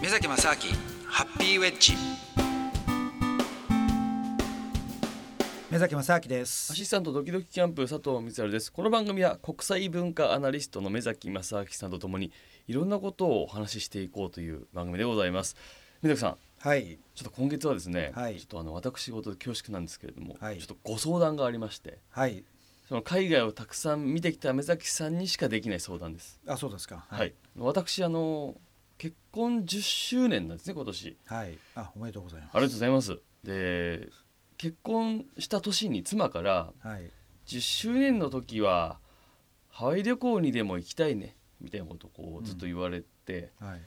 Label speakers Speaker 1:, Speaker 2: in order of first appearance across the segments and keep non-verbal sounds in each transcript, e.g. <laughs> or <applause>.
Speaker 1: 目崎正明ハッピーウェッジ目崎正明で
Speaker 2: ア
Speaker 1: す
Speaker 2: シスタントドキドキキャンプ佐藤光晴ですこの番組は国際文化アナリストの目崎正明さんとともにいろんなことをお話ししていこうという番組でございます目崎さん
Speaker 1: はい
Speaker 2: ちょっと今月はですね、
Speaker 1: はい
Speaker 2: ちょっとあの私事で恐縮なんですけれども、
Speaker 1: はい
Speaker 2: ちょっとご相談がありまして
Speaker 1: はい
Speaker 2: その海外をたくさん見てきた目崎さんにしかできない相談です
Speaker 1: あそうですか
Speaker 2: はい、私あの結婚10周年なんですね今年
Speaker 1: はいあおめでとうございま
Speaker 2: ありがとうございますで結婚した年に妻から
Speaker 1: すはい
Speaker 2: 10周年の時はハワイ旅行にでも行きたいねみたいなことをこ
Speaker 1: うん
Speaker 2: うずっと言われて、
Speaker 1: はい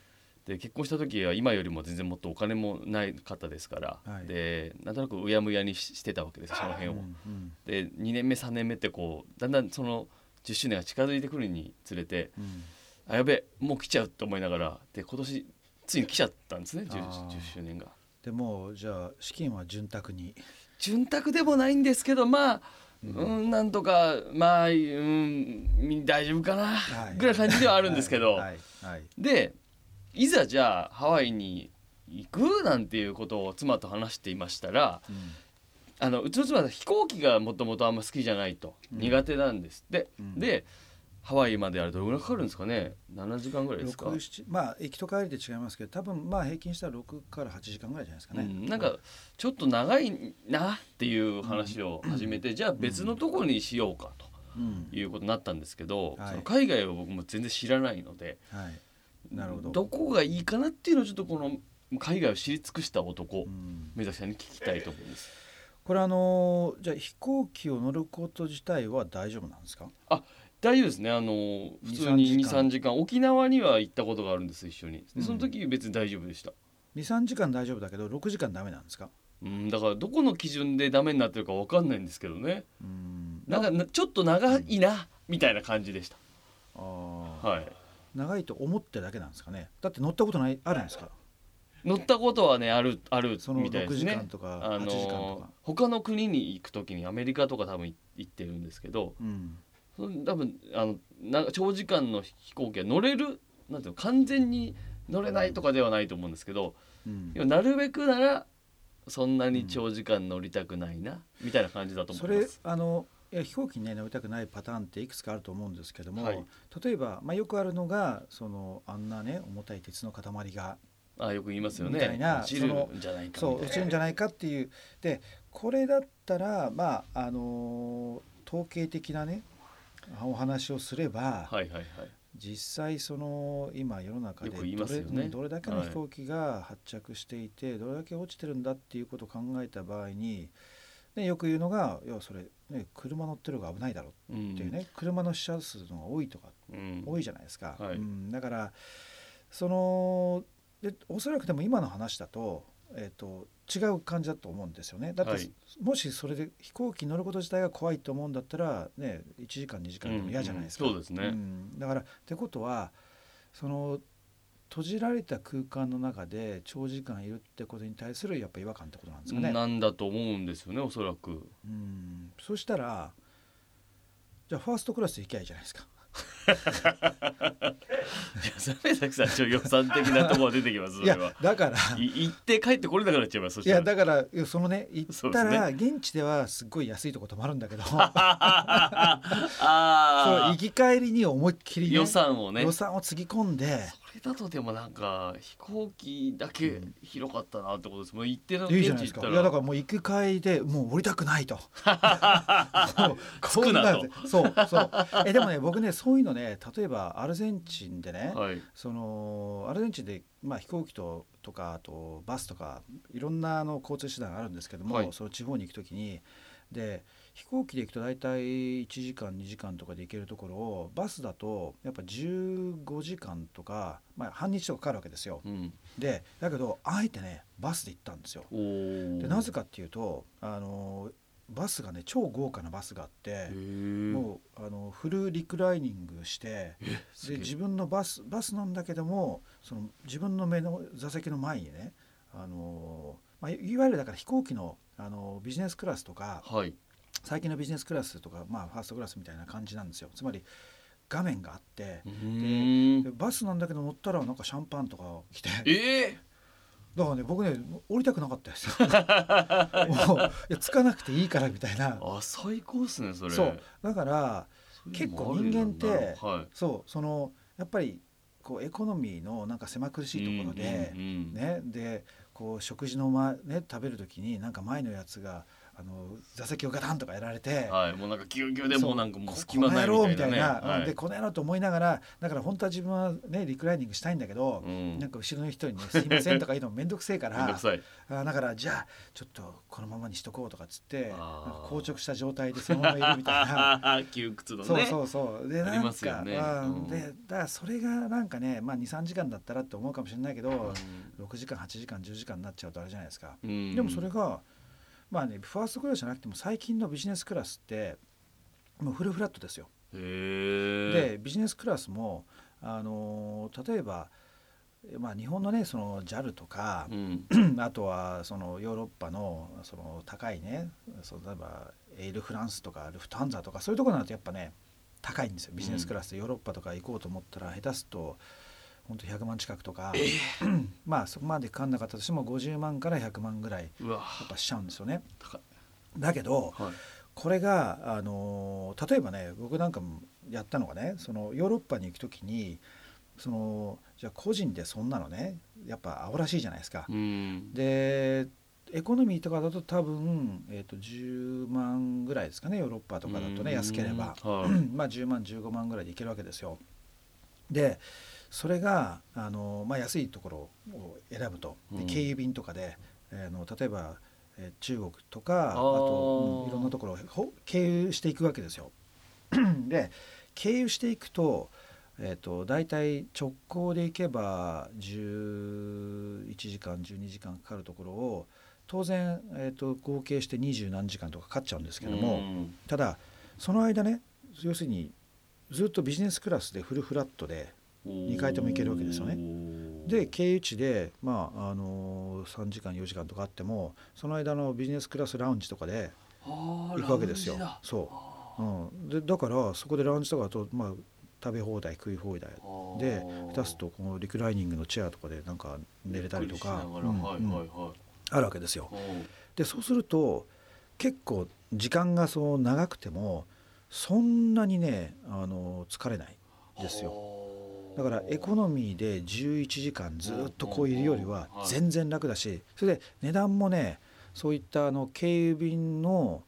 Speaker 2: で結婚した時は今よりも全然もっとお金もない方ですから、
Speaker 1: はい
Speaker 2: でなんとなくうやむやにししてたわけですその辺を。
Speaker 1: うんうん
Speaker 2: で2年目3年目ってこうだんだんその10周年が近づいてくるにつれて
Speaker 1: うん
Speaker 2: あやべもう来ちゃうって思いながらで今年ついに来ちゃったんですね 10,
Speaker 1: あー
Speaker 2: 10周年が。
Speaker 1: でもじゃあ資金は潤沢に
Speaker 2: 潤沢でもないんですけどまあ、うんなんとかまあ、うん、大丈夫かな、
Speaker 1: はい
Speaker 2: ぐらいな感じではあるんですけど、
Speaker 1: はいはい
Speaker 2: でいざじゃあハワイに行くなんていうことを妻と話していましたら
Speaker 1: うん
Speaker 2: あのうちの妻は飛行機がもともとあんま好きじゃないと、
Speaker 1: うん
Speaker 2: 苦手なんですって、
Speaker 1: うん
Speaker 2: でハワイまであれどれぐらいかかるんですかね7時間ぐらいですか、
Speaker 1: 六七まあ行きと帰りで違いますけど多分まあ平均したら6から8時間ぐらいじゃないですか
Speaker 2: う
Speaker 1: ね、
Speaker 2: ん、なんかちょっと長いなっていう話を始めて、じゃあ別のとこにしようかと。
Speaker 1: うん
Speaker 2: いうことになったんですけど、
Speaker 1: はい
Speaker 2: その海外を僕も全然知らないので
Speaker 1: はいなるほど
Speaker 2: こがいいかなっていうのをちょっとこの海外を知り尽くした男、
Speaker 1: うん
Speaker 2: 目指さんに聞きたいと思うんです。
Speaker 1: これあのーじゃあ飛行機を乗ること自体は大丈夫なんですか
Speaker 2: 大丈夫ですねあの普通に
Speaker 1: 2-3
Speaker 2: 23
Speaker 1: 時
Speaker 2: 時
Speaker 1: 間
Speaker 2: 間沖縄には行ったことがあるんです一緒に
Speaker 1: うん
Speaker 2: でその時別に大丈夫でした、
Speaker 1: 23時間大丈夫だけど6時間ダメなんですか
Speaker 2: うん、だからどこの基準でダメになってるかわかんないんですけどね
Speaker 1: うん
Speaker 2: なんかなちょっと長いなみたいな感じでした、
Speaker 1: あー
Speaker 2: はい
Speaker 1: 長いと思ってるだけなんですかねだって乗ったことないあるんですか
Speaker 2: 乗ったことはねあるある
Speaker 1: その
Speaker 2: みたい
Speaker 1: 6
Speaker 2: です
Speaker 1: 時
Speaker 2: ね
Speaker 1: 間とか
Speaker 2: あ
Speaker 1: 8時間と
Speaker 2: の
Speaker 1: か、
Speaker 2: 他の国に行く時にアメリカとか多分い行ってるんですけど
Speaker 1: うん
Speaker 2: その多分あのな長時間の飛行機は乗れるなんていうの完全に乗れないとかではないと思うんですけど
Speaker 1: うん
Speaker 2: 要はなるべくならそんなに長時間乗りたくないな、みたいな感じだと思
Speaker 1: そ
Speaker 2: いま
Speaker 1: れ
Speaker 2: す。
Speaker 1: あのいや飛行機に、ね、乗りたくないパターンっていくつかあると思うんですけども、
Speaker 2: はい
Speaker 1: 例えば、まあ、よくあるのがそのあんなね重たい鉄の塊が
Speaker 2: あよく言いますよ
Speaker 1: みたい
Speaker 2: ね
Speaker 1: な
Speaker 2: 落ちるんじゃないか
Speaker 1: そう
Speaker 2: み
Speaker 1: 落
Speaker 2: た
Speaker 1: ち
Speaker 2: い
Speaker 1: るん
Speaker 2: な
Speaker 1: じゃないかっていうでこれだったらまああのー統計的なねお話をすれば、
Speaker 2: はいはいはい
Speaker 1: 実際その今世の中で
Speaker 2: よく言いますよね
Speaker 1: どれうんどれだけの
Speaker 2: はい
Speaker 1: 飛行機が発着していて、どれだけ落ちてるんだっていうことを考えた場合に、ね、よく言うのが要はそれ、ね、車乗ってる方が危ないだろ
Speaker 2: う
Speaker 1: うんっていうね、車の死者数の方が多いとか
Speaker 2: うん
Speaker 1: 多いじゃないですか、
Speaker 2: はい
Speaker 1: うん、だからそのでおそらくでも今の話だと,、えー、と違う感じだと思うんですよねだって、
Speaker 2: はい
Speaker 1: もしそれで飛行機乗ること自体が怖いと思うんだったら、ね、1時間2時間でも嫌じゃないですか。
Speaker 2: うんうんそうですね
Speaker 1: んだからってことはその閉じられた空間の中で長時間いるってことに対するやっぱ違和感ってことなんですかね。
Speaker 2: なんだと思うんですよねおそらく
Speaker 1: うんそしたらじゃあファーストクラスで行きゃいいじゃないですか。
Speaker 2: いやそれ崎さんちょ予算的なところが出てきますそ
Speaker 1: い
Speaker 2: れ
Speaker 1: や
Speaker 2: は
Speaker 1: だから
Speaker 2: い行って帰ってこれなくなっちゃいますそし
Speaker 1: い
Speaker 2: たら
Speaker 1: やだからいやそのね行ったら、
Speaker 2: そ
Speaker 1: 現地ではすっごい安いとこ泊まるんだ
Speaker 2: <laughs>
Speaker 1: けどそう
Speaker 2: あ
Speaker 1: 行き帰りに思いっき
Speaker 2: あ、
Speaker 1: り、ね、
Speaker 2: 予算をね
Speaker 1: 予
Speaker 2: そ
Speaker 1: 算をつぎ込んで
Speaker 2: れだとでもなんか飛行機だけ広かったなってことですもう行っての
Speaker 1: いい
Speaker 2: 現
Speaker 1: じゃないで
Speaker 2: 地
Speaker 1: す
Speaker 2: 行っ
Speaker 1: か
Speaker 2: た
Speaker 1: いやだかららもう行く帰りでもう降りたく
Speaker 2: <laughs>
Speaker 1: ないともう
Speaker 2: 着くなと
Speaker 1: こんそうそうえでもね僕ねそういうのね例えばアルゼンチンでね、
Speaker 2: はい
Speaker 1: そのアルゼンチンで、まあ、飛行機ととかあとバスとかいろんなあの交通手段があるんですけども、
Speaker 2: はい
Speaker 1: その地方に行く時にで飛行機で行くと大体1時間2時間とかで行けるところをバスだとやっぱ15時間とか、まあ、半日とかかかるわけですよ
Speaker 2: うん
Speaker 1: でだけどあえてねバスで行ったんですよ
Speaker 2: おー
Speaker 1: でなぜかっていうとあのバスがね超豪華なバスがあって
Speaker 2: へー
Speaker 1: もうあのフルリクライニングして
Speaker 2: すげ
Speaker 1: で
Speaker 2: え
Speaker 1: 自分のバスバスなんだけどもその自分の目の座席の前にねあのー、まあ、いいわゆるだから飛行機のあのービジネスクラスとか
Speaker 2: はい
Speaker 1: 最近のビジネスクラスとか、まあ、ファーストクラスみたいな感じなんですよつまり画面があって
Speaker 2: う、ー
Speaker 1: で
Speaker 2: ん
Speaker 1: バスなんだけど乗ったらなんかシャンパンとか来て
Speaker 2: え
Speaker 1: だからね僕ね降りたくなかったです
Speaker 2: <laughs>
Speaker 1: もういやつかなくていいからみたいな
Speaker 2: ー、あ最高ですねそれ
Speaker 1: そうだから
Speaker 2: そういうのも
Speaker 1: 結構人間って
Speaker 2: あるんだは
Speaker 1: そうそのやっぱりこうエコノミーのなんか狭苦
Speaker 2: い、
Speaker 1: しいところで、
Speaker 2: うんうんうん
Speaker 1: ね、でこう食事の、まね、食べる時になんか前のやつがあの座席をガタンとかやられて、
Speaker 2: はい、もうなんかギュギュでもうなんかもう
Speaker 1: こ
Speaker 2: 隙間ないみたいなね。
Speaker 1: この野郎みたいなうんでこの野郎と思いながらだから本当は自分は、ね、リクライニングしたいんだけど、
Speaker 2: うん
Speaker 1: なんか後ろの人にね「すいません」とか言うのも面倒くせえか
Speaker 2: <laughs> めんど
Speaker 1: ら
Speaker 2: くさい。
Speaker 1: あだからじゃあちょっとこのままにしとこうとかっつってなん
Speaker 2: あ
Speaker 1: か
Speaker 2: ー
Speaker 1: 硬直した状態でそのままいるみたいな。
Speaker 2: <laughs> 窮屈だね。
Speaker 1: そうそうそうで
Speaker 2: あ
Speaker 1: な
Speaker 2: り
Speaker 1: ん
Speaker 2: ますよ
Speaker 1: か、
Speaker 2: ね
Speaker 1: あー
Speaker 2: うん
Speaker 1: でだからそれがなんかね、まあ、23時間だったらって思うかもしれないけど、
Speaker 2: う
Speaker 1: 6時間8時間10時間になっちゃうとあれじゃないですか、
Speaker 2: ん。
Speaker 1: でもそれがまあねファーストクラスじゃなくても最近のビジネスクラスってもうフルフラットですよ、
Speaker 2: へー
Speaker 1: でビジネスクラスもあのー例えばまあ、日本のねその JAL とか
Speaker 2: う、ん
Speaker 1: あとはそのヨーロッパのその高いねその例えばエールフランスとかルフタンザとかそういうところになるとやっぱね高いんですよビジネスクラスでヨーロッパとか行こうと思ったら下手すと本当100万近くとか、 <clears throat> まあそこまでかかんなかったとしても50万から100万ぐらいや
Speaker 2: うわ
Speaker 1: っぱしちゃうんですよね。
Speaker 2: 高い。
Speaker 1: だけど
Speaker 2: はい。
Speaker 1: これが、あのー例えばね僕なんかもやったのがねそのヨーロッパに行く時にそのじゃあ個人でそんなのねやっぱ青らしいじゃないですか。
Speaker 2: うん。
Speaker 1: でエコノミーとかだと多分、えー、と10万ぐらいですかねヨーロッパとかだと
Speaker 2: うん
Speaker 1: ね安ければ、
Speaker 2: はい
Speaker 1: <clears throat> まあ10万15万ぐらいでいけるわけですよでそれがあの、まあ、安いところを選ぶと
Speaker 2: う
Speaker 1: で
Speaker 2: ん
Speaker 1: 経由便とかで、えーの例えば、えー中国とかあ
Speaker 2: あー
Speaker 1: と、うんいろんなところをほ経由していくわけですよ <clears throat> で経由していくと,、えー、と大体直行で行けば11時間12時間かかるところを当然、えー、と合計して二十何時間とかかかっちゃうんですけども、
Speaker 2: うん
Speaker 1: ただその間ね要するにずっとビジネスクラスでフルフラットで二回とも行けるわけですよね。
Speaker 2: おー
Speaker 1: で経由地で、まああのー、3時間4時間とかあってもその間のビジネスクラスラウンジとかで
Speaker 2: 行。
Speaker 1: 行くわけですよそうう、うん、でだからそこでラウンジとかだと、まあ、食べ放題食い放題で下手すとこのリクライニングのチェアとかでなんか寝れたりとか
Speaker 2: ゆっくりしなが
Speaker 1: う
Speaker 2: ら
Speaker 1: ん
Speaker 2: はい
Speaker 1: うん
Speaker 2: はいは
Speaker 1: あるわけですよ。
Speaker 2: いうん。
Speaker 1: でそうすると結構時間がそう長くてもそんなにねあの疲れないですよ。
Speaker 2: よ
Speaker 1: だからエコノミーで11時間ずっとこういるよりは
Speaker 2: うんうん
Speaker 1: 全然楽だしそれで値段もねそういったあの経由便の、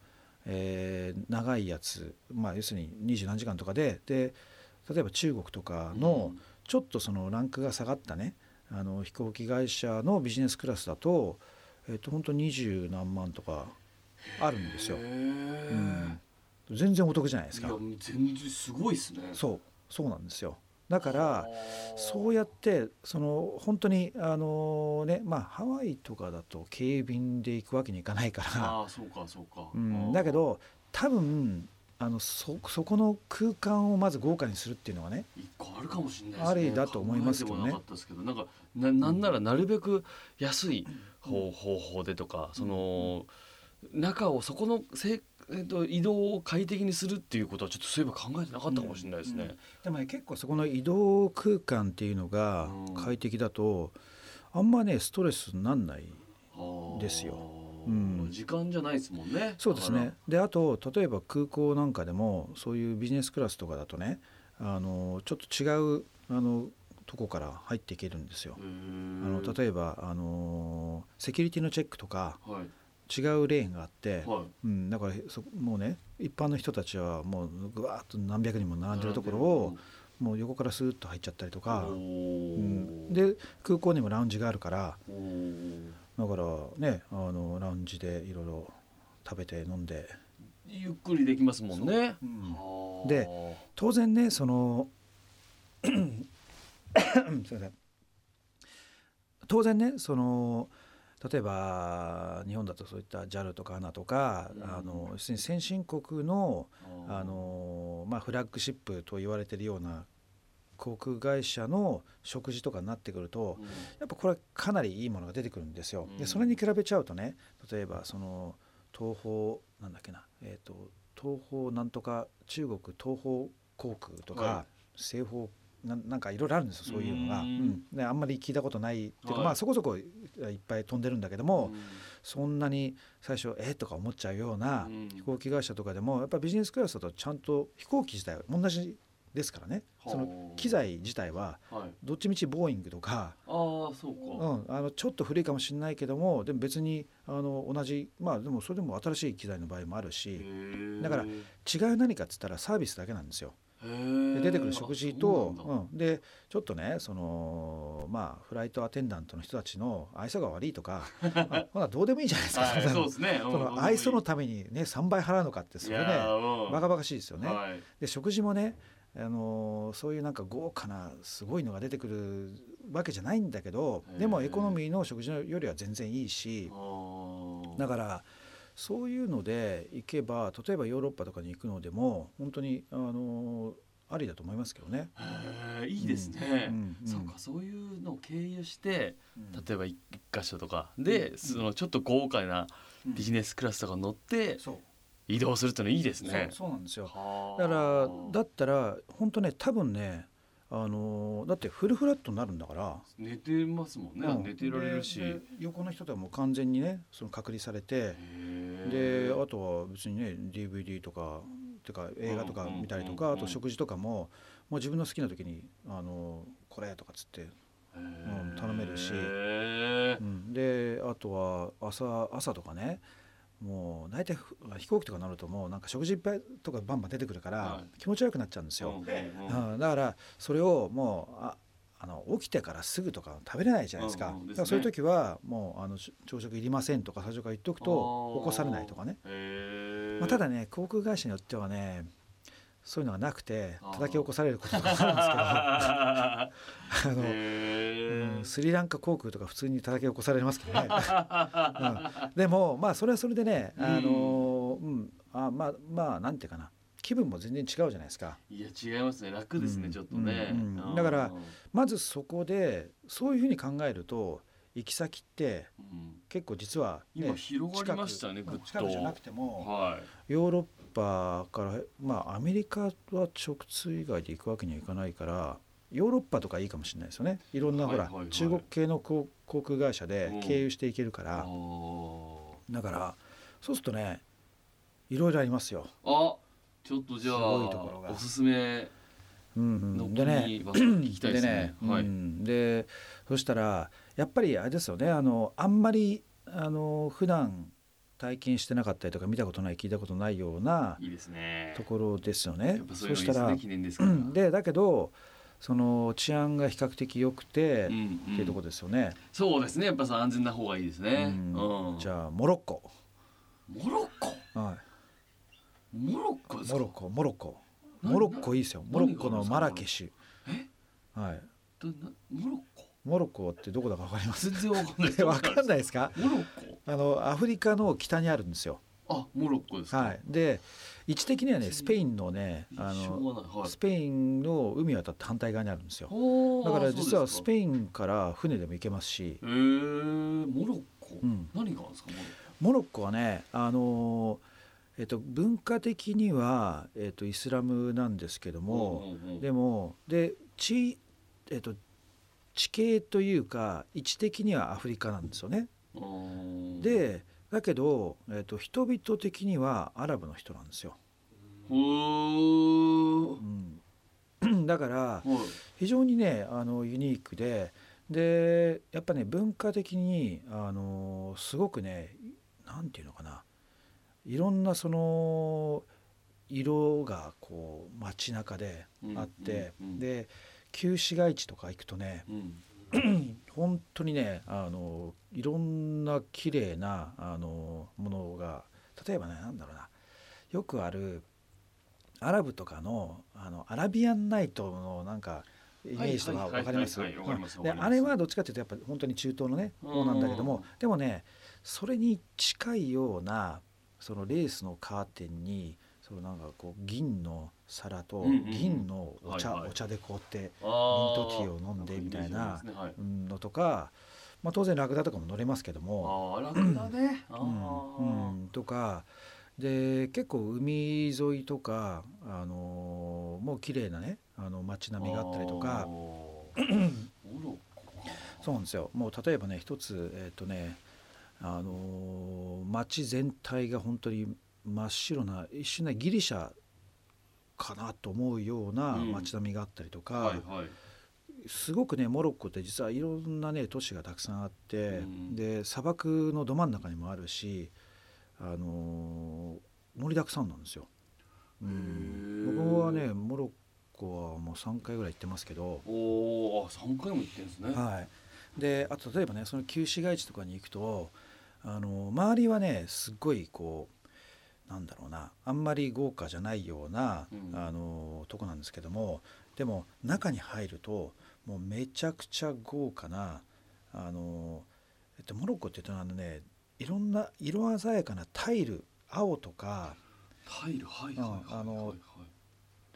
Speaker 1: えー長いやつ、まあ、要するに20何時間とかでで例えば中国とかのちょっとそのランクが下がったねあの飛行機会社のビジネスクラスだと,、えっと本当20何万とかあるんですよ
Speaker 2: へ。
Speaker 1: う
Speaker 2: ー
Speaker 1: ん、全然お得じゃないです
Speaker 2: いや
Speaker 1: か。
Speaker 2: 全然すごいですね。
Speaker 1: そうそうなんですよだから
Speaker 2: はあ
Speaker 1: そうやってその本当にあのねまあハワイとかだと警備員で行くわけにいかないから、
Speaker 2: ああそうかそうか。
Speaker 1: うん、だけど多分あのそそこの空間をまず豪華にするっていうのはね
Speaker 2: 一個あるかもしれない
Speaker 1: ありだと思いますけどね
Speaker 2: 考えてもなかったですけど、なんかななんならなるべく安い方方法でとか、その中をそこのせいえっと移動を快適にするっていうことはちょっとそういえば考えてなかったかもしれないですね。
Speaker 1: でもね結構そこの移動空間っていうのが
Speaker 2: うん
Speaker 1: 快適だとあんまねストレスになんない
Speaker 2: ああ
Speaker 1: ですようん
Speaker 2: 時間じゃないですもんね。
Speaker 1: そうですね。であと例えば空港なんかでもそういうビジネスクラスとかだとねあのちょっと違うあのとこから入っていけるんですよ
Speaker 2: だ。から。
Speaker 1: あ
Speaker 2: あ
Speaker 1: の例えばあのセキュリティのチェックとか
Speaker 2: はい
Speaker 1: 違うレーンがあって、
Speaker 2: は
Speaker 1: う
Speaker 2: い。
Speaker 1: ん、だからそもうね一般の人たちはもうぐわーっと何百人も並んでるところをもう横からスーッと入っちゃったりとか、
Speaker 2: お
Speaker 1: う
Speaker 2: ー
Speaker 1: ん、で空港にもラウンジがあるから
Speaker 2: おー
Speaker 1: だからねあのラウンジでいろいろ食べて飲んで。
Speaker 2: ゆっくりできますもんね。
Speaker 1: うん
Speaker 2: はあ
Speaker 1: で当然ねその <coughs> すいません当然ねその例えば日本だとそういった JAL とか ANA とか、
Speaker 2: うん
Speaker 1: あの要するに先進国の
Speaker 2: あ
Speaker 1: あの、まあ、フラッグシップと言われてるような航空会社の食事とかになってくると
Speaker 2: ー、
Speaker 1: やっぱこれはかなりいいものが出てくるんですよ。
Speaker 2: うん
Speaker 1: でそれに比べちゃうとね例えばその東方なんだっけな、えー、と東方なんとか中国東方航空とか、
Speaker 2: は
Speaker 1: 西方なんなんかいろいろあるんですよそういうのが
Speaker 2: う
Speaker 1: うんんね、あんまり聞いたことないっていうか、
Speaker 2: はい
Speaker 1: まあそこそこいっぱい飛んでるんだけども、そんなに最初えーとか思っちゃうような
Speaker 2: うん
Speaker 1: 飛行機会社とかでもやっぱビジネスクラスだとちゃんと飛行機自体は同じですからね
Speaker 2: はあ
Speaker 1: その機材自体は
Speaker 2: はい、
Speaker 1: どっちみちボーイングとか、
Speaker 2: ああそう
Speaker 1: う
Speaker 2: か、
Speaker 1: ん、あのちょっと古いかもしれないけどもでも別にあの同じまあでもそれでも新しい機材の場合もあるし
Speaker 2: へえ
Speaker 1: だから
Speaker 2: へ
Speaker 1: 違う何かっつったらサービスだけなんですよ。で
Speaker 2: え
Speaker 1: 出てくる食事と
Speaker 2: あ、そう
Speaker 1: う
Speaker 2: なんだ
Speaker 1: ん、でちょっとねそのまあフライトアテンダントの人たちの愛想が悪いと
Speaker 2: <laughs>
Speaker 1: かあほなどうでもいいじゃないですか。
Speaker 2: はい、そうですね。
Speaker 1: その愛想のためにね3倍払うのかってそれねバ
Speaker 2: バ
Speaker 1: カバカしいですよね。
Speaker 2: はい、
Speaker 1: で食事もね、あのーそういうなんか豪華なすごいのが出てくるわけじゃないんだけど
Speaker 2: へー
Speaker 1: でもエコノミーの食事よりは全然いいし
Speaker 2: あー
Speaker 1: だからそういうので行けば例えばヨーロッパとかに行くのでも本当に、あのーありだと思いますけどね。
Speaker 2: へえいいですね。
Speaker 1: うんうん
Speaker 2: そうかそういうのを経由して例えば一箇所とか
Speaker 1: う
Speaker 2: で
Speaker 1: ん
Speaker 2: そのちょっと豪華な
Speaker 1: うん
Speaker 2: ビジネスクラスとか乗って
Speaker 1: そう
Speaker 2: 移動するっていうのいいです
Speaker 1: そう
Speaker 2: ね。
Speaker 1: そうなんですよ。
Speaker 2: はあ
Speaker 1: だからだったら本当ね多分ね、あのーだってフルフラットになるんだから。
Speaker 2: 寝てますもんね、
Speaker 1: うん
Speaker 2: 寝てられるし。
Speaker 1: でで横の人とはもう完全にねその隔離されて
Speaker 2: へ
Speaker 1: で
Speaker 2: ー
Speaker 1: あとは別にね DVD とかてか映画とか見たりと
Speaker 2: うん
Speaker 1: か
Speaker 2: う
Speaker 1: あ
Speaker 2: んうん
Speaker 1: と食事とかももう自分の好きな時に「あのこれ」とかっつって、うん頼めるし
Speaker 2: へー
Speaker 1: うん、であとは朝朝とかねもう大体ふ飛行機とかになるともうなんか食事いっぱいとかバンバン出てくるから
Speaker 2: は
Speaker 1: 気持ち悪くなっちゃうんですよ、
Speaker 2: うんうんうん
Speaker 1: うん、だからそれをもうああの起きてからすぐとか食べれないじゃないですか,、
Speaker 2: うんうんですね
Speaker 1: だからそういう時はもうあのし朝食いりませんとか最初から言っとくと
Speaker 2: あー
Speaker 1: 起こされないとかね、
Speaker 2: へー
Speaker 1: まあ、ただね航空会社によってはねそういうのがなくて
Speaker 2: あー
Speaker 1: 叩き起こされることとかあるんで
Speaker 2: <laughs>
Speaker 1: すけどあの、
Speaker 2: へー
Speaker 1: うんスリランカ航空とか普通に叩き起こされます
Speaker 2: <laughs>
Speaker 1: けどね、うんでもまあそれはそれでねあの、うんあまあまあなんていうかな気分も全然違うじゃないですか。
Speaker 2: いや違いますね楽ですね、
Speaker 1: うん
Speaker 2: ちょっとね、
Speaker 1: うんうん
Speaker 2: あー
Speaker 1: だからまずそこでそういうふうに考えると行き先って
Speaker 2: うん
Speaker 1: 結構実は、ね、
Speaker 2: 今広がりましたね
Speaker 1: 近
Speaker 2: ぐ
Speaker 1: く
Speaker 2: っ
Speaker 1: 近くじゃな
Speaker 2: と
Speaker 1: くても
Speaker 2: はい
Speaker 1: ヨーロッパからまあアメリカは直通以外で行くわけにはいかないからヨーロッパとかいいかもしれないですよねいろんなほら、
Speaker 2: はいはいはい
Speaker 1: 中国系の航航空会社で
Speaker 2: うん
Speaker 1: 経由していけるか
Speaker 2: あ
Speaker 1: ら、
Speaker 2: ー
Speaker 1: だからそうするとねいろいろありますよ。
Speaker 2: あちょっとじゃ
Speaker 1: すごいところ
Speaker 2: あ
Speaker 1: が
Speaker 2: おすすめ
Speaker 1: うんう
Speaker 2: の
Speaker 1: ん、
Speaker 2: 国
Speaker 1: でね
Speaker 2: は聞きたいですねは
Speaker 1: う
Speaker 2: い、
Speaker 1: ん、でそしたらやっぱりあれですよねあのあんまりあの普段体験してなかったりとか見たことない聞いたことないようない
Speaker 2: いですね
Speaker 1: ところですよ
Speaker 2: や
Speaker 1: ね
Speaker 2: っ。ぱそういうのいい
Speaker 1: した
Speaker 2: です
Speaker 1: ら
Speaker 2: ね記念です
Speaker 1: う
Speaker 2: から、
Speaker 1: んでだけどその治安が比較的良くて、
Speaker 2: うん
Speaker 1: っ
Speaker 2: うん
Speaker 1: ていうところですよね。
Speaker 2: そうですねやっぱさ安全な方がいいですね、うん
Speaker 1: うんじゃあモロッコ、
Speaker 2: モロッコ
Speaker 1: は
Speaker 2: モロッコで
Speaker 1: い、
Speaker 2: す
Speaker 1: モ
Speaker 2: か
Speaker 1: ロッコモロッコ
Speaker 2: 何
Speaker 1: モロッコいいですよ
Speaker 2: 何
Speaker 1: モロッコの
Speaker 2: 何が
Speaker 1: マ
Speaker 2: あ
Speaker 1: ラ
Speaker 2: るん
Speaker 1: ケ
Speaker 2: で
Speaker 1: シュ
Speaker 2: え、
Speaker 1: はい、
Speaker 2: どなモロッコ
Speaker 1: モロッコってどこだかわかります
Speaker 2: 全然わかんない
Speaker 1: <laughs> わかんないですか
Speaker 2: モロッ
Speaker 1: あのアフリカの北にあるんですよ。
Speaker 2: コあモロッコですか、
Speaker 1: はい、で位置的にはね
Speaker 2: 別に
Speaker 1: スペインのねあ
Speaker 2: しょ
Speaker 1: の
Speaker 2: うがないはい
Speaker 1: スペインの海を渡って反対側にあるんですよ。
Speaker 2: ほー
Speaker 1: だから実はス
Speaker 2: そうで
Speaker 1: ペインから船でも行けますし
Speaker 2: す、かへーモロッコ、
Speaker 1: うん、
Speaker 2: 何があるんですかモ
Speaker 1: モロッコはねあのーえっと文化的にはえっとイスラムなんですけど
Speaker 2: ロッコ
Speaker 1: も、
Speaker 2: うんうんうん
Speaker 1: でもで地えっと地形というか位置的にはアフリカなんですよね。
Speaker 2: あー
Speaker 1: でだけど、えっと人々的にはアラブの人なんですよ。
Speaker 2: ほー
Speaker 1: うん <clears throat> だから
Speaker 2: はい
Speaker 1: 非常にねあのユニークででやっぱね文化的にあのすごくねなんていうのかないろんなその色がこう街中であって、
Speaker 2: うんうんうん
Speaker 1: で旧市街地とか行くとね
Speaker 2: うん
Speaker 1: 本当にねあのいろんな綺麗なあのものが例えばねなんだろうなよくあるアラブとかのあのアラビアンナイトのなんかイメージとか
Speaker 2: はいはいはい
Speaker 1: 分かります
Speaker 2: はいわかります
Speaker 1: うんで
Speaker 2: わかります
Speaker 1: あれはどっちかというとやっぱ本当に中東のねものなんだけど
Speaker 2: うん
Speaker 1: もでもねそれに近いようなそのレースのカーテンにそのなんかこう銀の皿と
Speaker 2: うんうんうん
Speaker 1: 銀のお茶、
Speaker 2: はいはい
Speaker 1: お茶でこうって
Speaker 2: あー
Speaker 1: ミントティーを飲んでみたいな
Speaker 2: なんかイメージありますねはい
Speaker 1: うんのとか、まあ、当然ラクダとかも乗れますけど
Speaker 2: あ
Speaker 1: も、
Speaker 2: ー楽だね、あ
Speaker 1: うん
Speaker 2: ー
Speaker 1: うんとかで結構海沿いとか、あのーもう綺麗なねあの街並みがあったりとか
Speaker 2: あーモロッコ
Speaker 1: そうなんですよもう例えばね一つえっ、とね、あのー街全体が本当に真っ白な一瞬ねギリシャかなと思うような
Speaker 2: うん
Speaker 1: 街並みがあったりとか、
Speaker 2: はいはい
Speaker 1: すごくねモロッコって実はいろんなね都市がたくさんあって、
Speaker 2: うん
Speaker 1: で砂漠のど真ん中にもあるし、あのー盛りだくさんなんですよ。うん
Speaker 2: へー
Speaker 1: 僕はねモロッコはもう3回ぐらい行ってますけど、
Speaker 2: おお三回も行ってんですね
Speaker 1: はい、であと例えばねその旧市街地とかに行くと、あのー周りはねすっごいこうなんだろうなあんまり豪華じゃないような、
Speaker 2: うん
Speaker 1: あのーとこなんですけどもでも中に入るともうめちゃくちゃ豪華な、あのーえっと、モロッコって言うとあのねいろんな色鮮やかなタイル青とか
Speaker 2: タイルはいはいは
Speaker 1: う
Speaker 2: い
Speaker 1: んあの
Speaker 2: はいはい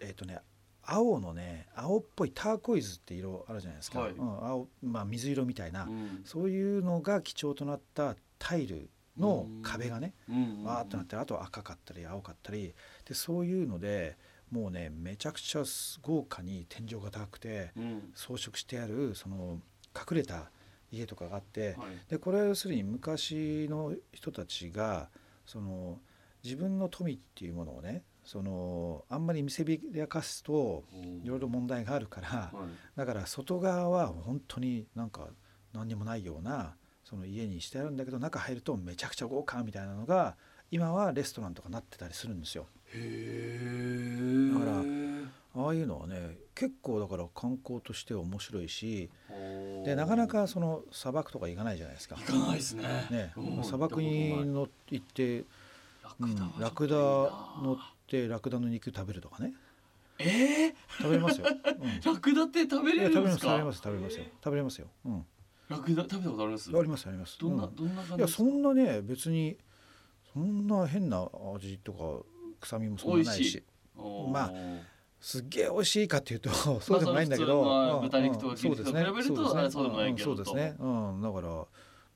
Speaker 1: えっ、とね青のね青っぽいターコイズって色あるじゃないですか、
Speaker 2: はい
Speaker 1: うん青まあ、水色みたいな、
Speaker 2: うん
Speaker 1: そういうのが基調となったタイルの
Speaker 2: うん
Speaker 1: 壁がね
Speaker 2: うん
Speaker 1: わーっとなってるあと赤かったり青かったりでそういうのでもうねめちゃくちゃ豪華に天井が高くて
Speaker 2: うん
Speaker 1: 装飾してあるその隠れた家とかがあって
Speaker 2: はい
Speaker 1: でこれは要するに昔の人たちがその自分の富っていうものをねそのあんまり見せびらかすと
Speaker 2: おー
Speaker 1: いろいろ問題があるから
Speaker 2: はい
Speaker 1: だから外側は本当になんか何にもないようなその家にしてあるんだけど中入るとめちゃくちゃ豪華みたいなのが今はレストランとかなってたりするんですよ。
Speaker 2: へえ
Speaker 1: だからああいうのはね結構だから観光としては面白いしでなかなかその砂漠とか行かないじゃないですか
Speaker 2: 行。かないですね
Speaker 1: ね
Speaker 2: うん、
Speaker 1: 砂漠に乗行って、うん、ラ
Speaker 2: ラ
Speaker 1: ク
Speaker 2: ク
Speaker 1: ダ
Speaker 2: ダはちょ
Speaker 1: 乗
Speaker 2: っとい
Speaker 1: って
Speaker 2: いな
Speaker 1: ラクダの肉食べるとかね
Speaker 2: えー
Speaker 1: 食べれますよ。うん、い
Speaker 2: ラクダって食べれ
Speaker 1: や
Speaker 2: る
Speaker 1: 食
Speaker 2: ん
Speaker 1: べれま
Speaker 2: で
Speaker 1: すす食
Speaker 2: か
Speaker 1: べれます食べれますよ食べれますよ。うん、
Speaker 2: ラクダ食べたことあります
Speaker 1: ありますあります。
Speaker 2: どんな
Speaker 1: うん
Speaker 2: どんな感じ
Speaker 1: いやそんなね別にそんな変な味とか臭みもそんなないし
Speaker 2: 美味しいおー
Speaker 1: まあすっげえ美味しいかっていう
Speaker 2: <laughs>
Speaker 1: とそうでもないんだけど、
Speaker 2: まあその
Speaker 1: うん
Speaker 2: 普通の豚肉と
Speaker 1: うん
Speaker 2: 牛肉と比べると
Speaker 1: そうですね
Speaker 2: あそうでもないけど
Speaker 1: うんそうですね、うん、だから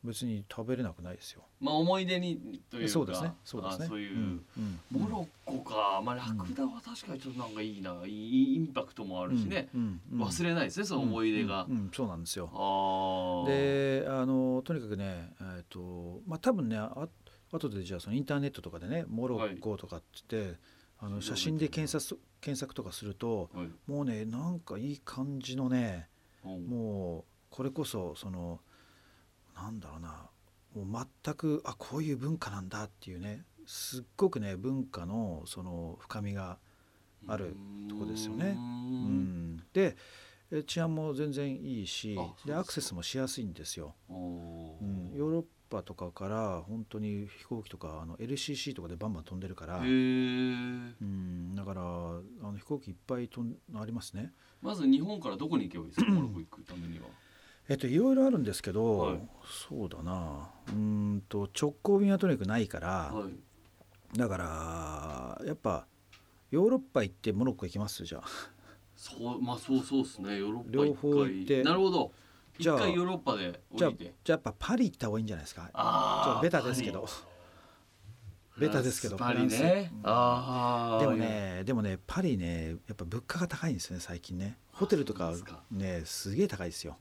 Speaker 1: 別に食べれなくないですよ
Speaker 2: まあ思い出にというか
Speaker 1: そうですねそうですね
Speaker 2: あそういう、
Speaker 1: んん
Speaker 2: モロッコか、まあ、ラクダは確かにちょっとなんかいいな、いいインパクトもあるしね、
Speaker 1: うんうん
Speaker 2: 忘れないですねその思い出が、
Speaker 1: うんうんうんそうなんですよ
Speaker 2: ああ
Speaker 1: であのとにかくねえっ、とまあ多分ねあ後でじゃあそのインターネットとかでねモロッコとかって言って、あの写真で検索検索とかすると、
Speaker 2: はい
Speaker 1: もうねなんかいい感じのね
Speaker 2: うん
Speaker 1: もうこれこそそのなんだろうなもう全くあこういう文化なんだっていうねすっごくね文化のその深みが、あるとこですよね
Speaker 2: うー
Speaker 1: うん
Speaker 2: ん
Speaker 1: でえ治安も全然いいし
Speaker 2: あそうです
Speaker 1: で
Speaker 2: か
Speaker 1: アクセスもしやすいんですよ、
Speaker 2: おー
Speaker 1: うん、ヨーロッパとかから本当に飛行機とかあの LCC とかでバンバン飛んでるから
Speaker 2: へ。ー
Speaker 1: うん、だからあの飛行機いっぱい飛んありますね。
Speaker 2: まず日本からどこに行けばいいですかモロッコ行くためには
Speaker 1: えっといろいろあるんですけど、
Speaker 2: はい
Speaker 1: そうだなうーんと直行便はとにかくないから、
Speaker 2: はい
Speaker 1: だからやっぱヨーロッパ行ってモロッコ行きますじゃあ
Speaker 2: そうまあそうそうですねヨーロッパ
Speaker 1: 両方行って
Speaker 2: 一回なるほど
Speaker 1: じ
Speaker 2: 一
Speaker 1: ゃあ
Speaker 2: 回ヨーロッパで
Speaker 1: じゃ
Speaker 2: 降
Speaker 1: あ
Speaker 2: りて
Speaker 1: じゃあやっぱパリ行った方がいいんじゃないですか
Speaker 2: あ
Speaker 1: ちょ
Speaker 2: ー
Speaker 1: ベタですけど
Speaker 2: パリ
Speaker 1: ベタですけど
Speaker 2: フランスパ
Speaker 1: フ
Speaker 2: リ
Speaker 1: ラン
Speaker 2: ねああ
Speaker 1: でもねでもねパリねやっぱ物価が高いんですよね最近ねホテルと
Speaker 2: あ
Speaker 1: か
Speaker 2: そうですか
Speaker 1: ねすげえ高いですよ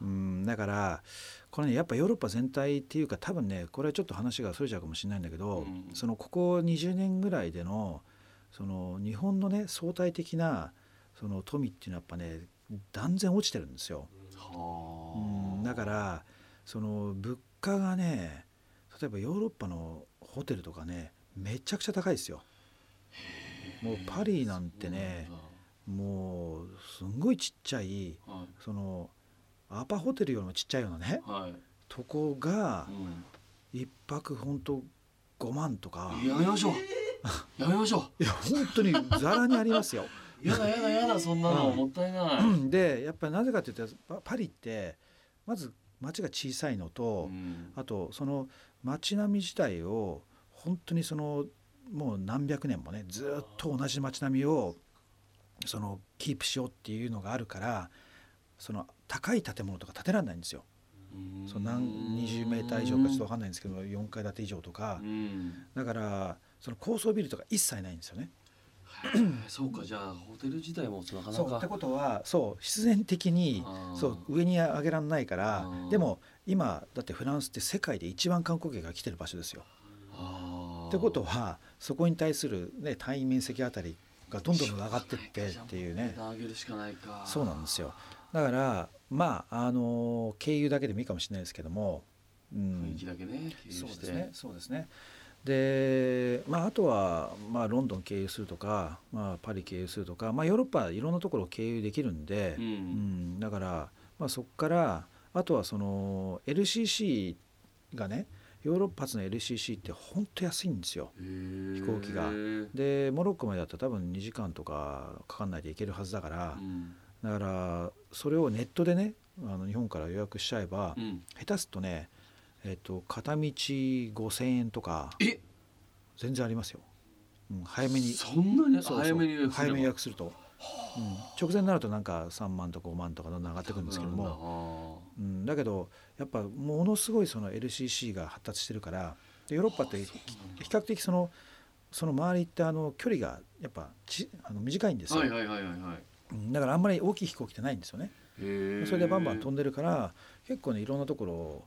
Speaker 1: うんだからこれねやっぱヨーロッパ全体っていうか多分ねこれはちょっと話がそれちゃうかもしれないんだけど、
Speaker 2: うん
Speaker 1: そのここ20年ぐらいでのその日本のね相対的なその富っていうのはやっぱね断然落ちてるんですよ。うん
Speaker 2: はあ
Speaker 1: だからその物価がね例えばヨーロッパのホテルとかねめちゃくちゃ高いですよ。もうパリなんてねもうすんごいちっちゃい
Speaker 2: そうなんだ
Speaker 1: そのアパホテルよりもちっちゃいようなね
Speaker 2: はいはい
Speaker 1: とこが
Speaker 2: うん
Speaker 1: 一泊ほんと5万とか
Speaker 2: やめましょうやめましょ
Speaker 1: いや本当にざらにありますよ。
Speaker 2: うやだやだやだそんなの
Speaker 1: うん
Speaker 2: もったいない
Speaker 1: でやっぱりなぜかっていうとパパリってまず街が小さいのと、
Speaker 2: うん
Speaker 1: あとその街並み自体を本当にそのもう何百年もねずっと同じ街並みをそのキープしようっていうのがあるからその高い建物とか建てられないんですよ。その何20メーター以上かちょっと分かんないんですけど4階建て以上とか
Speaker 2: うん
Speaker 1: だからその高層ビルとか一切ないんですよね。
Speaker 2: へえそうかじゃあホテル自体もなかな
Speaker 1: そうって
Speaker 2: か
Speaker 1: ことはそう必然的に
Speaker 2: あー
Speaker 1: そう上に上げられないから
Speaker 2: あー
Speaker 1: でも今だってフランスって世界で一番観光客が来てる場所ですよ。
Speaker 2: あー
Speaker 1: ってことはそこに対する、ね、単位面積あたりがどんどん上がってってっていうね
Speaker 2: 値段上げるしかないか
Speaker 1: そうなんですよだからまああの経由だけでもいいかもしれないですけども、う
Speaker 2: 雰囲
Speaker 1: ん
Speaker 2: 気、だけね経由して
Speaker 1: そうですねそうですねで、まあ、あとは、まあ、ロンドン経由するとか、まあ、パリ経由するとか、まあ、ヨーロッパいろんなところを経由できるんで、
Speaker 2: うん
Speaker 1: うんだから、まあ、そこからあとはその LCC がねヨーロッパ発の LCC って本当安いんですよ。
Speaker 2: 飛
Speaker 1: 飛行機がでモロッコまでだったら多分2時間とかかかんないで行けるはずだから、
Speaker 2: うん
Speaker 1: だからそれをネットでねあの日本から予約しちゃえば、
Speaker 2: うん
Speaker 1: 下手すっとね、えっと片道5,000円とか
Speaker 2: え
Speaker 1: 全然ありますよ、うん、早めに
Speaker 2: そんなに
Speaker 1: そうそう
Speaker 2: 早めに予約すれ
Speaker 1: 早
Speaker 2: ば
Speaker 1: めに予約すると、うん、直前になるとなんか3万とか5万とかどんどん上がってくるんですけど
Speaker 2: なる
Speaker 1: も、
Speaker 2: ほ
Speaker 1: うん、だけどやっぱものすごいその LCC が発達してるからでヨーロッパって比較的そのその周りってあの距離がやっぱちあの短いんです
Speaker 2: ど
Speaker 1: よ、
Speaker 2: なはいはいはいはいはい
Speaker 1: うんだからあんまり大きい飛行機ってないんですよね。
Speaker 2: へえ
Speaker 1: それでバンバン飛んでるから結構ねいろんなところを、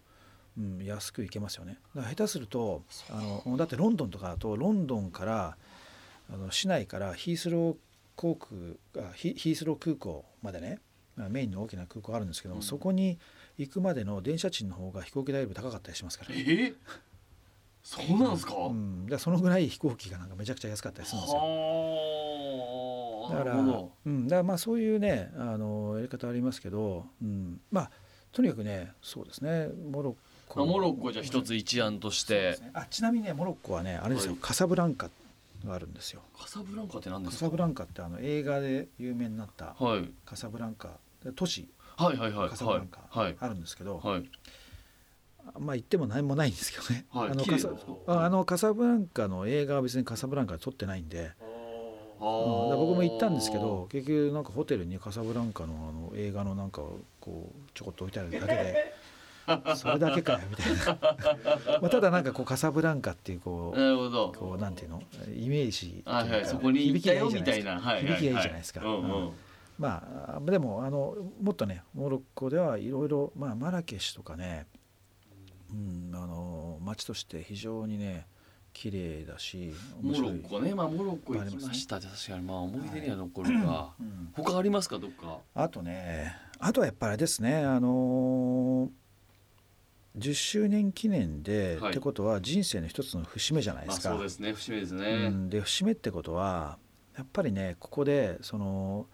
Speaker 1: うん、安く行けますよねだから下手するとあのだってロンドンとかだとロンドンからあの市内からヒースロー航空あヒヒースロー空港までねまあメインの大きな空港あるんですけども、
Speaker 2: うん
Speaker 1: そこに行くまでの電車賃の方が飛行機代よりも高かったりしますから、
Speaker 2: えそうなんですか、
Speaker 1: うん、だからそのぐらい飛行機がなんかめちゃくちゃ安かったりするんですよ。
Speaker 2: はあ
Speaker 1: だから、
Speaker 2: なるほ
Speaker 1: うん、だからまあそういうねあのやり方ありますけど、うん、まあとにかくねそうですねモロッコ
Speaker 2: どあモロッコはじゃあ一つ一案とし
Speaker 1: そうで
Speaker 2: て、
Speaker 1: すねあちなみにねモロッコはねあれですよ、
Speaker 2: はい
Speaker 1: カサブランカがあるんですよ
Speaker 2: カサブランカって何で
Speaker 1: カ
Speaker 2: す
Speaker 1: サ
Speaker 2: か
Speaker 1: ブランカってあの映画で有名になった
Speaker 2: はい、
Speaker 1: カサブランカ都市
Speaker 2: はいはいはい
Speaker 1: カサブランカ
Speaker 2: はい
Speaker 1: あるんですけど、
Speaker 2: はい
Speaker 1: まあ言っても何もないんですけどね、
Speaker 2: はい
Speaker 1: あの
Speaker 2: 綺麗
Speaker 1: カ
Speaker 2: です
Speaker 1: サ
Speaker 2: か
Speaker 1: ああのカサブランカの映画は別にカサブランカで撮ってないんで、
Speaker 2: あ
Speaker 1: うんだから
Speaker 2: ー
Speaker 1: 僕も行ったんですけど結局なんかホテルにカサブランカのあの映画のなんかこうちょこっと置いてあるだけで
Speaker 2: <laughs>
Speaker 1: それだけかよみたいな <laughs> まあただなんかこうカサブランカっていうこう
Speaker 2: なるほど
Speaker 1: こうなんていうのイメージ
Speaker 2: はい
Speaker 1: と
Speaker 2: は
Speaker 1: う
Speaker 2: い
Speaker 1: か
Speaker 2: そこに行ったよみたい
Speaker 1: 響きがいいじゃないですか
Speaker 2: なはいは
Speaker 1: 響きがいいじゃないですか
Speaker 2: うんうん
Speaker 1: まあでもあのもっとねモロッコではいろいろまあマラケシュとかねうんあの街として非常にね綺麗だし面
Speaker 2: モロ
Speaker 1: 白い
Speaker 2: ッコねまあモロッコ行
Speaker 1: あり
Speaker 2: き
Speaker 1: ますね
Speaker 2: ました確かにまあ思い出には残るが
Speaker 1: うん
Speaker 2: 他ありますかどっか
Speaker 1: あとねあとはやっぱりあれですねあのー10周年記念で、
Speaker 2: はい
Speaker 1: ってことは人生の一つの節目じゃないで
Speaker 2: まあ
Speaker 1: すか。
Speaker 2: そうですね節目です
Speaker 1: う
Speaker 2: ね
Speaker 1: ん、で節目ってことはやっぱりねここでその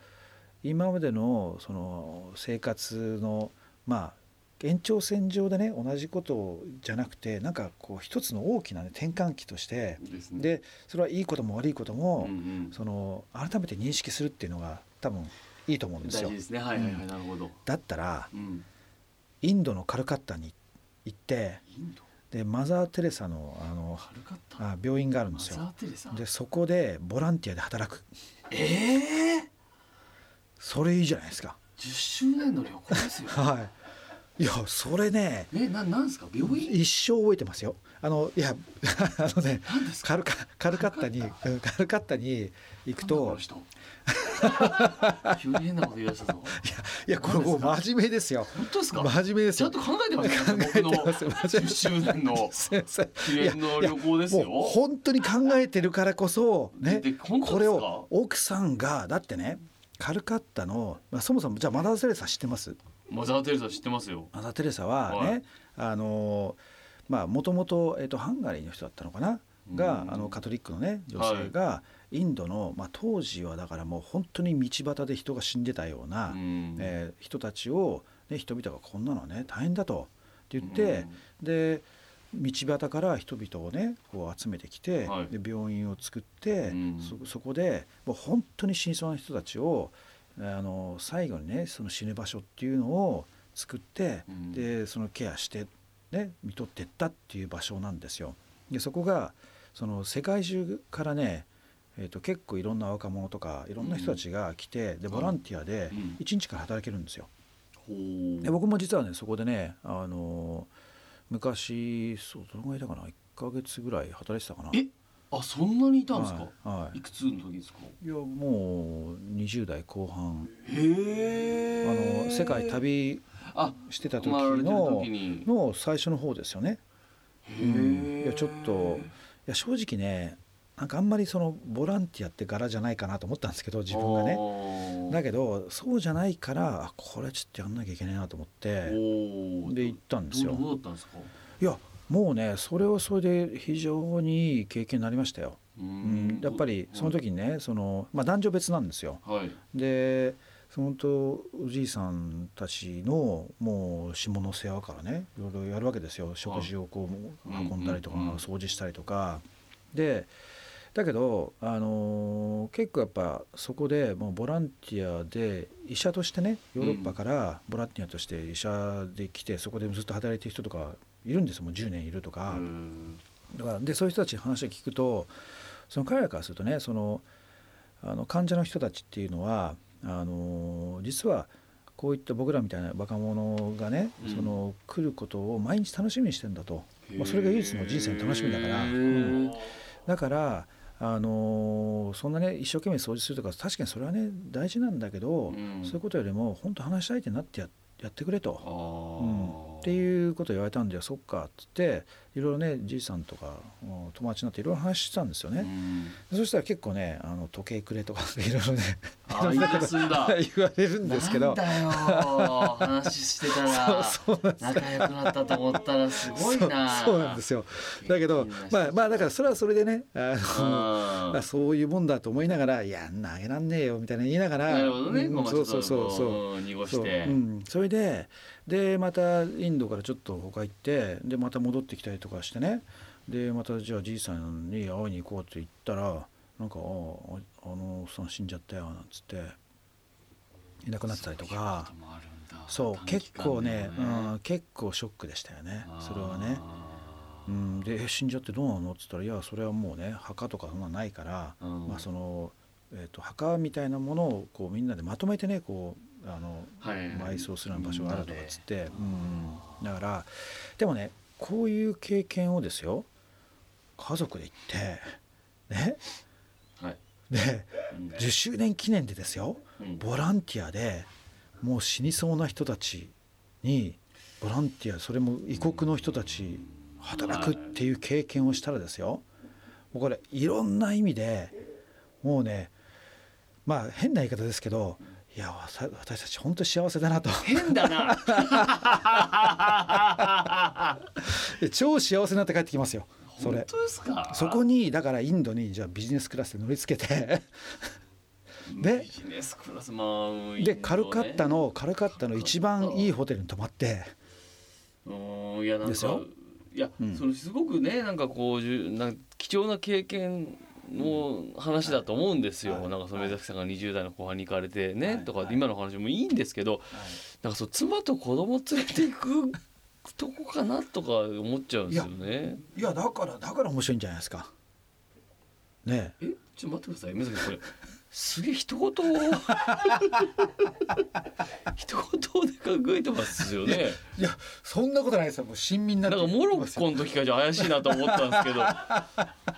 Speaker 1: 今までのその生活のまあ延長線上でね同じことじゃなくてなんかこう一つの大きな、ね、転換期として
Speaker 2: ですね
Speaker 1: でそれはいいことも悪いことも
Speaker 2: う、んうん
Speaker 1: その改めて認識するっていうのが多分いいと思うんです
Speaker 2: 大
Speaker 1: よ
Speaker 2: 事。ですねはいはいは
Speaker 1: う
Speaker 2: いなるほど
Speaker 1: だったら
Speaker 2: うん
Speaker 1: インドのカルカッタに行って
Speaker 2: インド
Speaker 1: でマザー・テレサのあの
Speaker 2: 軽かった
Speaker 1: あ病院があるん
Speaker 2: マ
Speaker 1: です
Speaker 2: ザ
Speaker 1: よ。
Speaker 2: ー・テレサ
Speaker 1: でそこでボランティアで働く
Speaker 2: ええ
Speaker 1: それいいじゃないですか
Speaker 2: 10周年の旅行で
Speaker 1: <laughs>
Speaker 2: すよ
Speaker 1: はいいやそれね
Speaker 2: えななんですか病院
Speaker 1: 一生覚えてますよあのいやあのね
Speaker 2: なんですか
Speaker 1: カルカカルカッタにうんカルカッタに行く
Speaker 2: なん
Speaker 1: と
Speaker 2: だ
Speaker 1: <laughs>
Speaker 2: この人急に変なこと言い出したぞ
Speaker 1: いやこれもう真面目ですよ
Speaker 2: 本当ですか
Speaker 1: 真面目です
Speaker 2: ちゃ
Speaker 1: よ
Speaker 2: んと考えてますね僕の
Speaker 1: 考えてます
Speaker 2: 10周年の
Speaker 1: <laughs> 先生
Speaker 2: 記念の旅行です
Speaker 1: もう
Speaker 2: よ
Speaker 1: 本当に考えてるからこそね
Speaker 2: で本当ですか
Speaker 1: これを奥さんがだってねカルカッタの、まあ、そもそもじゃあマダー・テレサ知ってます
Speaker 2: マザー・テレサ知ってますよ
Speaker 1: マザー・テレサはね、
Speaker 2: はい
Speaker 1: あのまあもともとえっとハンガリーの人だったのかなが
Speaker 2: うん
Speaker 1: あのカトリックのね女性がインドの、まあ、当時はだからもう本当に道端で人が死んでたような、
Speaker 2: うん
Speaker 1: えー人たちを、ね、人々がこんなのはね大変だとって言って、で道端から人々をねこう集めてきて、
Speaker 2: はい
Speaker 1: で病院を作って、
Speaker 2: うん
Speaker 1: そそこでもう本当に真相の人たちをあの最後にねその死ぬ場所っていうのを作って、
Speaker 2: うん
Speaker 1: でそのケアして、ね、見とってったっていう場所なんですよ。でそこがその世界中からね、えー、と結構いろんな若者とかいろんな人たちが来て、でボランティアで
Speaker 2: うん
Speaker 1: 1日から働けるんですよ。
Speaker 2: あほう
Speaker 1: で僕も実はねそこでねあの昔そうどのぐらいだかな1ヶ月ぐらい働いてたかな。
Speaker 2: えあそんなにいたんですか、
Speaker 1: はいはい
Speaker 2: い、くつの時ですか
Speaker 1: いやもう20代後半あ
Speaker 2: へ
Speaker 1: の世界旅
Speaker 2: あ
Speaker 1: してた時
Speaker 2: 回られてる
Speaker 1: の
Speaker 2: 時に
Speaker 1: の最初の方ですよね。
Speaker 2: へ
Speaker 1: うん
Speaker 2: ー
Speaker 1: いやちょっといや正直ねなんかあんまりそのボランティアって柄じゃないかなと思ったんですけど自分がね。
Speaker 2: ね
Speaker 1: だけどそうじゃないからあこれちょっとやんなきゃいけないなと思ってで行ったんですよ
Speaker 2: どうだったんですか
Speaker 1: いやもうねそれはそれで非常にいい経験になりましたよ。
Speaker 2: う
Speaker 1: うん、やっぱりその時にねその、まあ、男女別なんですよ。
Speaker 2: はい
Speaker 1: でそのとおじいさんたちのもう下の世話からねいろいろやるわけですよ食事をこう
Speaker 2: うん
Speaker 1: 運んだりとか
Speaker 2: うんうん
Speaker 1: 掃除したりとか。でだけど、あのー結構やっぱそこでもうボランティアで医者としてねヨーロッパからボランティアとして医者で来てそこでずっと働いてる人とかいるんですよもう10年いるとか。
Speaker 2: うん
Speaker 1: だからでそういう人たちの話を聞くとその彼らからするとねそのあの患者の人たちっていうのはあの実はこういった僕らみたいな若者がね、
Speaker 2: うん
Speaker 1: その来ることを毎日楽しみにしてんだと、まあ、それが唯一の人生の楽しみだから、
Speaker 2: へー
Speaker 1: うんだからあのそんなね一生懸命掃除するとか確かにそれはね大事なんだけど、
Speaker 2: うん
Speaker 1: そういうことよりも本当話し相手になってややってくれと。
Speaker 2: あ
Speaker 1: うん
Speaker 2: ー
Speaker 1: っていうことを言われたんでそっかっつっていろいろねじいさんとかうん友達になっていろいろ話してたんですよ
Speaker 2: う
Speaker 1: ね、
Speaker 2: ん
Speaker 1: そしたら結構ねあの時計くれとかい <laughs> ろいろね
Speaker 2: あいいですんだ
Speaker 1: 言われるんですけど
Speaker 2: なんだよー話してた
Speaker 1: <laughs>
Speaker 2: ら
Speaker 1: そうそう
Speaker 2: 仲良くなったと思ったらすごいな
Speaker 1: そうそうなんですよだけどまあまあだからそれはそれでねあの
Speaker 2: あ
Speaker 1: まあ、そういうもんだと思いながら「いやあんなあげらんねえよ」みたいな言いながら
Speaker 2: なるほどね、
Speaker 1: うん
Speaker 2: まあ
Speaker 1: そうそうそう
Speaker 2: ちょっと
Speaker 1: そう
Speaker 2: こう濁
Speaker 1: そ
Speaker 2: し
Speaker 1: う、う
Speaker 2: て、
Speaker 1: ん、それででまたインドからちょっと他行ってでまた戻ってきたりとかしてねでまたじゃあじいさんに会いに行こうって言ったらなんか「あああのおっさん死んじゃったよ」なんつっていなくなってたりとか
Speaker 2: そういうこともあるんだ
Speaker 1: そう結構ね、
Speaker 2: 短期間でも
Speaker 1: うん、結構ショックでしたよねそれはね。
Speaker 2: あ
Speaker 1: う
Speaker 2: ー
Speaker 1: ん、でえ「死んじゃってどうなの?」っつったら「いやそれはもうね墓とかそんなのないから、
Speaker 2: うん
Speaker 1: まあ、その、えー、と墓みたいなものをこうみんなでまとめてねこうあの
Speaker 2: はい
Speaker 1: 埋葬するような場所があるとかっつって、
Speaker 2: みん
Speaker 1: うんだからでもねこういう経験をですよ家族で行ってね
Speaker 2: なではい、
Speaker 1: で
Speaker 2: うん
Speaker 1: 10周年記念でですよ
Speaker 2: うん
Speaker 1: ボランティアでもう死にそうな人たちにボランティアそれも異国の人たち働くっていう経験をしたらですよもうこれいろんな意味でもうねまあ変な言い方ですけどいやわた私たち本当に幸せだなと
Speaker 2: 変だな
Speaker 1: 超幸せになって帰ってきますよそ
Speaker 2: 本
Speaker 1: れ
Speaker 2: 当ですか
Speaker 1: そこにだからインドにじゃあビジネスクラスで乗りつけ <laughs> てで
Speaker 2: ビジネスクラスまあうんインド
Speaker 1: で
Speaker 2: ね
Speaker 1: カルカッタのカルカッタの一番いいホテルに泊まって。
Speaker 2: うんいやなん
Speaker 1: ですよ
Speaker 2: かいや、
Speaker 1: うん
Speaker 2: それすごくねなんかこうじゅなんか貴重な経験の話だと思うんですよ、
Speaker 1: はい
Speaker 2: なんかその目崎さんが20代の後半に行かれてね、
Speaker 1: はい
Speaker 2: とか、
Speaker 1: はい
Speaker 2: 今の話もいいんですけど、なんかそう妻と子供連れていくとこかなとか思っちゃうんですよね。
Speaker 1: いやだからだから面白いんじゃないですか。ね
Speaker 2: えちょっと待ってください目崎さんこれすげえ一 <laughs> 言を一言で考えてますよね。
Speaker 1: え。いやそんなことないですよ。もう親身にな
Speaker 2: なんかモロッコの時からじゃ怪しいなと思ったんですけど